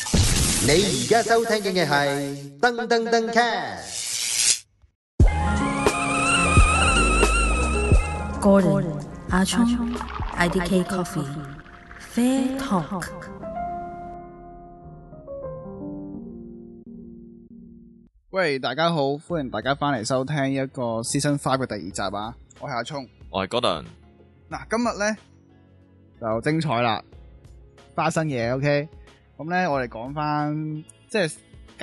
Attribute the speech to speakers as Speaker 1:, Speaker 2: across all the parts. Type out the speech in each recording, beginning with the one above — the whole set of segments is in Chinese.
Speaker 1: 你而家收聽嘅係噔噔噔 cast。
Speaker 2: Gordon, Ah Chong, IDK Coffee, Fair Talk.
Speaker 3: 喂，大家好，歡迎大家翻嚟收聽呢一個 Season Five 嘅第二集啊！我係阿聰。
Speaker 4: 我係 Gordon，
Speaker 3: 嗱，今日咧就精彩啦，花生嘢，OK。咁咧，我哋講翻，即係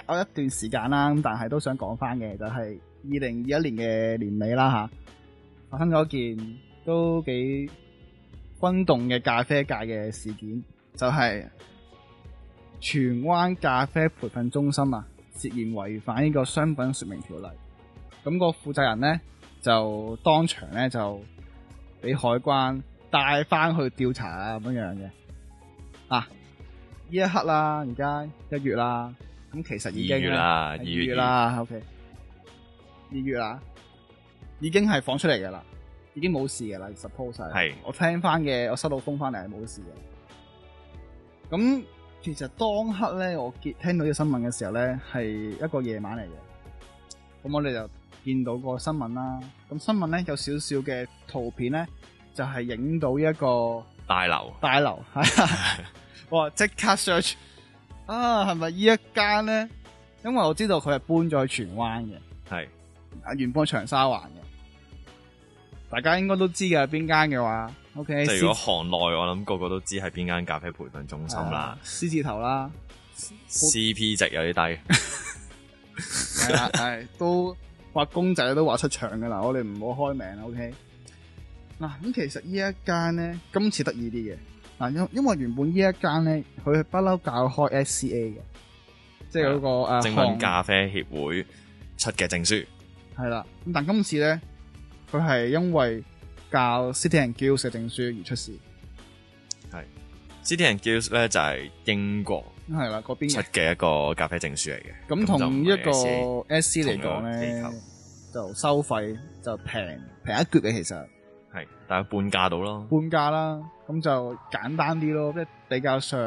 Speaker 3: 搞一段時間啦，咁但係都想講翻嘅，就係二零二一年嘅年尾啦吓，發生咗一件都幾轟動嘅咖啡界嘅事件，就係、荃灣咖啡培訓中心啊，涉嫌違反呢個商品說明條例。咁、個負責人咧就當場咧就俾海關帶翻去調查啊咁樣樣嘅。啊，呢一刻啦，而家一月啦，咁其實
Speaker 4: 二
Speaker 3: 已經
Speaker 4: 月
Speaker 3: 呢
Speaker 4: 啦，啊二
Speaker 3: 二
Speaker 4: 月
Speaker 3: 月，啦，OK，二月啦，已經係放出嚟噶啦，已經冇事噶啦，suppose 係
Speaker 4: 係
Speaker 3: 我聽翻嘅，我收到風翻嚟係冇事嘅。咁其實當刻咧，我見聽到呢個新聞嘅時候咧，係一個夜晚嚟嘅。咁我哋就見到個新聞啦。咁新聞咧有少少嘅圖片咧，就係影到一個
Speaker 4: 大樓
Speaker 3: 大 樓，係啊，我即刻 search 啊，係咪呢一間咧？因為我知道佢係搬咗去荃灣嘅，
Speaker 4: 係
Speaker 3: 啊原本係長沙灣嘅，大家應該都知嘅邊間嘅話，OK，
Speaker 4: 即係如果
Speaker 3: 獅
Speaker 4: 行內，我諗個個都知係邊間咖啡培訓中心啦
Speaker 3: 啊獅字頭啦，
Speaker 4: ，CP 值有啲低，
Speaker 3: 係 啦，係都畫公仔都畫出腸噶啦，我哋唔好開名啦，OK。嗱，咁其實呢一間咧，今次得意啲嘅，嗱，因因為原本呢一間咧，佢係不嬲教開 SCA 嘅，即係嗰個誒
Speaker 4: 精
Speaker 3: 行
Speaker 4: 品咖啡協會出嘅證書，
Speaker 3: 系啦，咁但今次咧，佢係因為教 City and Guild 嘅證書而出事，
Speaker 4: CT and Guilds 咧就係英國
Speaker 3: 係啦嗰邊
Speaker 4: 出
Speaker 3: 嘅。
Speaker 4: 嘅一個咖啡證書嚟
Speaker 3: 咁
Speaker 4: 嘅，
Speaker 3: 同一
Speaker 4: 就唔係
Speaker 3: 個 S C 嚟講咧
Speaker 4: 同一個機構，
Speaker 3: 就收費就平平一橛嘅，其實
Speaker 4: SCA 係大概半價到咯，
Speaker 3: 半價啦，咁就簡單啲咯，即係比較上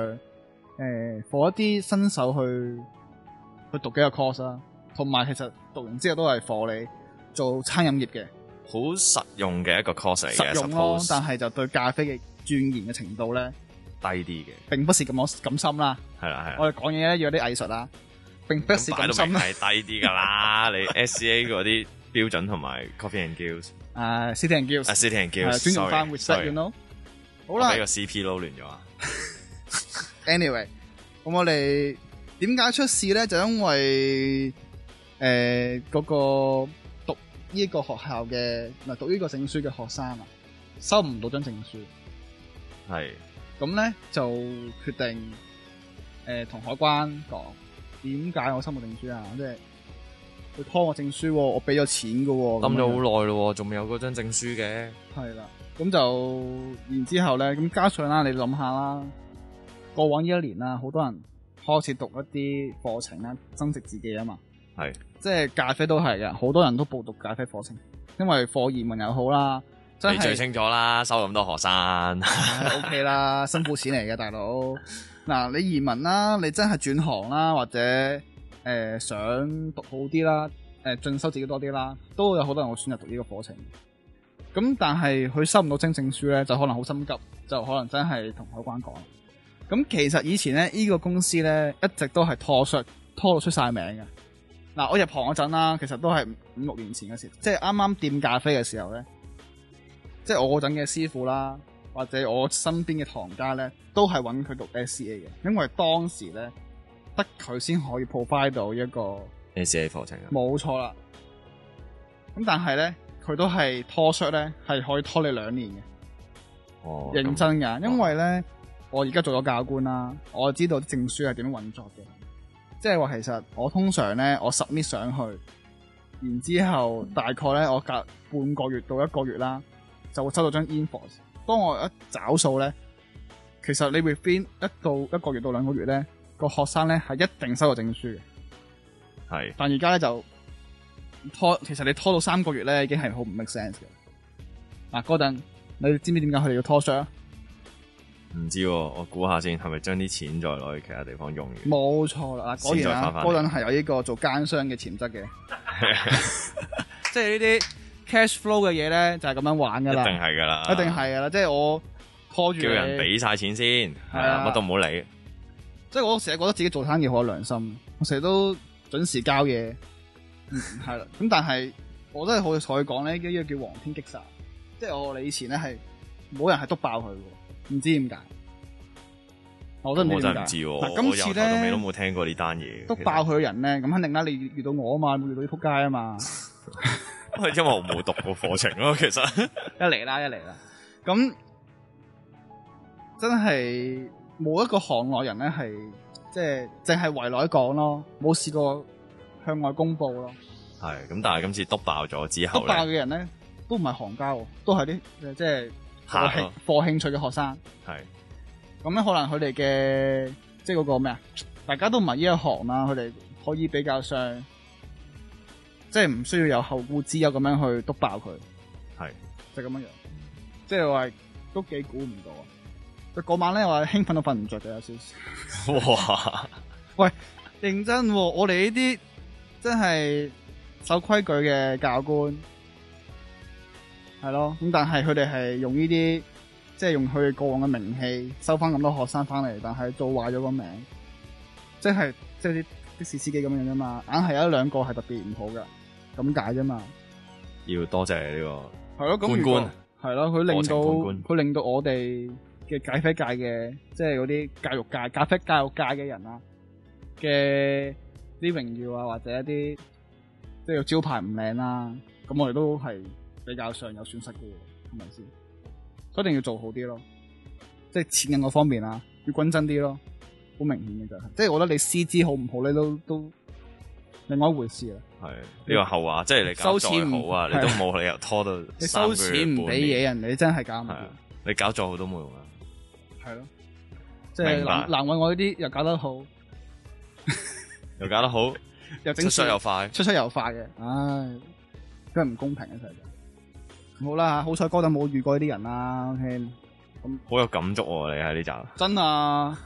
Speaker 3: 誒，放一啲新手去去讀幾個 course 啦，同埋其實讀完之後都係課你做餐飲業嘅
Speaker 4: 好實用嘅一個 course 嚟嘅
Speaker 3: 實用咯，但
Speaker 4: suppose
Speaker 3: 係就對咖啡嘅鑽研嘅程度咧，
Speaker 4: 低啲嘅，
Speaker 3: 並不是咁我咁深啦。
Speaker 4: 係啦係 啦。
Speaker 3: 我哋講嘢咧要有啲藝術啦，並不是
Speaker 4: 咁擺
Speaker 3: 咁
Speaker 4: 到
Speaker 3: 深
Speaker 4: 明
Speaker 3: 啦。
Speaker 4: 係低啲㗎啦，你 SCA 嗰啲標準同埋 Coffee and Guilds
Speaker 3: 誒，City and
Speaker 4: 啊
Speaker 3: Guilds，
Speaker 4: CT
Speaker 3: 係
Speaker 4: and Guilds，
Speaker 3: 尊重翻
Speaker 4: sorry，
Speaker 3: respect，
Speaker 4: sorry
Speaker 3: you know。好
Speaker 4: 我
Speaker 3: 啦
Speaker 4: 俾個 CP 撈亂咗啊！
Speaker 3: ，anyway，咁我哋點解出事咧？就因為誒嗰個讀呢個學校嘅唔係讀呢個證書嘅學生啊，收唔到張證書，
Speaker 4: 係
Speaker 3: 咁咧就決定誒同海關講點解我收冇證書啊？即係佢拖我證書喎，我俾咗錢嘅喎，
Speaker 4: 冧
Speaker 3: 咁樣
Speaker 4: 咗好耐咯，仲未有嗰張證書嘅。
Speaker 3: 係啦，咁就然之後咧，咁加上啦，你諗下啦，過往呢一年啦，好多人開始讀一啲課程啦，增值自己啊嘛。
Speaker 4: 係，
Speaker 3: 即係咖啡都係嘅，好多人都報讀咖啡課程，因為課移民又好啦，真
Speaker 4: 你最
Speaker 3: 係
Speaker 4: 清楚啦，收咁多學生，
Speaker 3: 係 OK 啦，辛苦錢嚟嘅大佬。嗱，你移民啦，你真係轉行啦，或者誒、呃想讀好啲啦，誒、進修自己多啲啦，都有好多人會選擇讀呢個課程。咁但係佢收唔到真證書咧，就可能好心急，就可能真係同海關講。咁其實以前咧，呢、個公司咧一直都係拖出拖到出晒名嘅。嗱，我入行嗰陣啦，其實都係五六年前嘅事，即係啱啱掂咖啡嘅時候咧，即係我嗰陣嘅師傅啦，或者我身邊嘅行家咧，都係揾佢讀 SCA 嘅，因為當時咧得佢先可以 provide 到一個
Speaker 4: 你自己課程啊？
Speaker 3: 冇錯啦。咁但係咧，佢都係拖出咧，係可以拖你兩年嘅。
Speaker 4: 哦
Speaker 3: 認真噶，因為咧，我而家做咗教官啦，我知道證書係點樣運作嘅，即係話其實我通常咧，我 submit 上去，然之後大概咧，我隔半個月到一個月啦，就會收到張 invoice。當我一找數咧，其實你 within 一到一個月到兩個月咧，個學生咧係一定收到證書嘅。
Speaker 4: 係
Speaker 3: 但而家咧就拖，其實你拖到三個月咧，已經係好唔 make sense 嘅。嗱，嗰陣你知唔知點解佢哋要拖 s 啊？
Speaker 4: 唔知喎，我估下先，係咪將啲錢再攞去其他地方用完？
Speaker 3: 冇錯啦，嗱果然
Speaker 4: 先再
Speaker 3: 啊
Speaker 4: 翻，返嚟
Speaker 3: 波頓係有呢個做奸商嘅潛質嘅， 即係呢啲 cash flow 嘅嘢咧，就係咁樣玩
Speaker 4: 一
Speaker 3: 噶
Speaker 4: 定
Speaker 3: 啦，
Speaker 4: 係噶啦，
Speaker 3: 一定係噶啦，即係我拖住
Speaker 4: 叫人
Speaker 3: 你，
Speaker 4: 俾晒錢先，係
Speaker 3: 係啊
Speaker 4: 啊，乜都唔好理。
Speaker 3: 即係我成日覺得自己做生意好有良心，我成日都準時交嘢，嗯係啦，咁但係我真係好同佢講咧，呢個叫黃天擊殺，即係我哋以前咧係冇人係督爆佢嘅，唔知點解，我真係唔
Speaker 4: 我
Speaker 3: 知
Speaker 4: 真
Speaker 3: 點
Speaker 4: 係唔知
Speaker 3: 解。
Speaker 4: 喎，
Speaker 3: 嗱
Speaker 4: 我
Speaker 3: 今
Speaker 4: 由
Speaker 3: 次
Speaker 4: 頭
Speaker 3: 咧
Speaker 4: 到尾都冇聽過呢單嘢。
Speaker 3: 督爆佢嘅人咧，咁肯定啦，你遇到我啊嘛，冇遇到啲仆街啊嘛。
Speaker 4: 其實，因 為我冇讀過課程咯，其實
Speaker 3: 一嚟啦，一嚟啦。咁真係冇一個行內人咧，係即係淨係圍內講咯，冇試過向外公佈咯。
Speaker 4: 係咁，但係今次督爆咗之
Speaker 3: 督
Speaker 4: 後
Speaker 3: 爆
Speaker 4: 咧，
Speaker 3: 嘅人咧都唔係行家喎，都係啲即係即係
Speaker 4: 客
Speaker 3: 課興
Speaker 4: 咯
Speaker 3: 課興趣嘅學生。
Speaker 4: 係
Speaker 3: 咁咧可能佢哋嘅即係嗰個咩啊，大家都唔係呢一行啦，佢哋可以比較上即係唔需要有後顧之憂咁樣去督爆佢。
Speaker 4: 係
Speaker 3: 就咁樣樣，即係話都幾估唔到啊！佢嗰晚咧，我係興奮到瞓唔着嘅有少少。
Speaker 4: 哇，
Speaker 3: 認真喎、我哋呢啲真係守規矩嘅教官，係咯。咁但係佢哋係用呢啲，即係用佢哋過往嘅名氣收翻咁多學生翻嚟，但係做壞咗個名，即係即係啲的士司機咁樣啫嘛。硬係有一兩個係特別唔好㗎，咁解啫嘛。
Speaker 4: 要多謝呢個。
Speaker 3: 係咯，咁
Speaker 4: 官
Speaker 3: 如果
Speaker 4: 官
Speaker 3: 係咯，佢令到
Speaker 4: 我情判官
Speaker 3: 佢令到我哋嘅咖啡界嘅，即係嗰啲教育界、咖啡教育界嘅人啊嘅啲榮耀啊，或者一啲即係個招牌唔靚啦，咁我哋都係比較上有損失嘅喎，係咪先？所以一定要做好啲咯，即係錢銀嗰方面啊，要均真啲咯，好明顯嘅就係、即係我覺得你師資好唔好咧，都都另外一回事啦。啊
Speaker 4: 係呢個後話，即係你
Speaker 3: 收
Speaker 4: 搞再
Speaker 3: 錢唔
Speaker 4: 好啊，你
Speaker 3: 係
Speaker 4: 都冇理由拖到
Speaker 3: 你
Speaker 4: 三
Speaker 3: 收
Speaker 4: 個月
Speaker 3: 錢唔俾嘢人，你真係搞唔
Speaker 4: 半
Speaker 3: 掂
Speaker 4: 年，係。啊，你搞再好都冇用啊。
Speaker 3: 系咯，即係
Speaker 4: 明白
Speaker 3: 難難為我呢啲又搞得好，
Speaker 4: 又搞得好，
Speaker 3: 又整
Speaker 4: 出手又快，
Speaker 3: 出出又快嘅，唉，真係唔公平嘅世界。好啦，好彩哥特冇遇過呢啲人啦，OK，
Speaker 4: 好有感觸喎！你喺呢集，啊
Speaker 3: 真啊，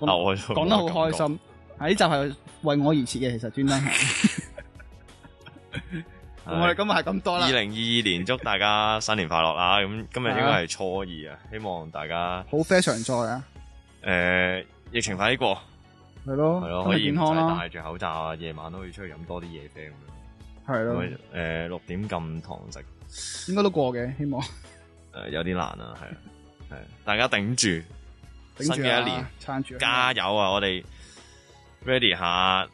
Speaker 3: 講
Speaker 4: 我
Speaker 3: 講得好開心。喺呢集係為我而設嘅，其實 專登係。咁我哋今日係咁多啦
Speaker 4: 二，零二二年祝大家新年快樂啦！咁今日應該係初二啊，希望大家
Speaker 3: 好 fashion 在啊，
Speaker 4: 誒疫情快啲過，
Speaker 3: 係咯
Speaker 4: 係咯，，
Speaker 3: 哦身
Speaker 4: 可
Speaker 3: 體
Speaker 4: 以
Speaker 3: 健
Speaker 4: 唔
Speaker 3: 康
Speaker 4: 使
Speaker 3: 啦，
Speaker 4: 戴住口罩啊，夜晚都可以出去飲多啲夜啡咁樣。
Speaker 3: 係咯，
Speaker 4: 咁誒六點禁堂食
Speaker 3: 應該都過嘅，希望
Speaker 4: 誒有啲難啊，係啊 係啊，大家頂住，
Speaker 3: 頂住
Speaker 4: 新嘅一年
Speaker 3: 啊，撐住啊，
Speaker 4: 加油啊！我哋 ready 下，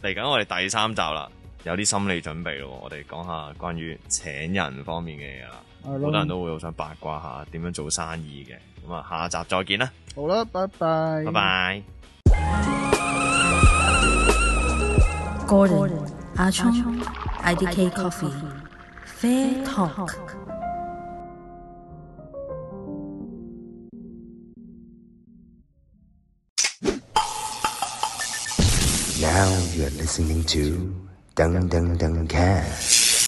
Speaker 4: 嚟緊我哋第三集啦，有啲心理準備咯。我哋講下關於請人方面嘅嘢啦，
Speaker 3: 係
Speaker 4: 啊好
Speaker 3: 咯
Speaker 4: 多人都會好想八卦下點樣做生意嘅。咁啊，下集再見啦，
Speaker 3: 好啦，拜拜，
Speaker 4: 拜。拜。
Speaker 2: Gordon, Achong, IDK Coffee, Fair Talk.
Speaker 5: Now you are listening to Dung Dung Dung Cat.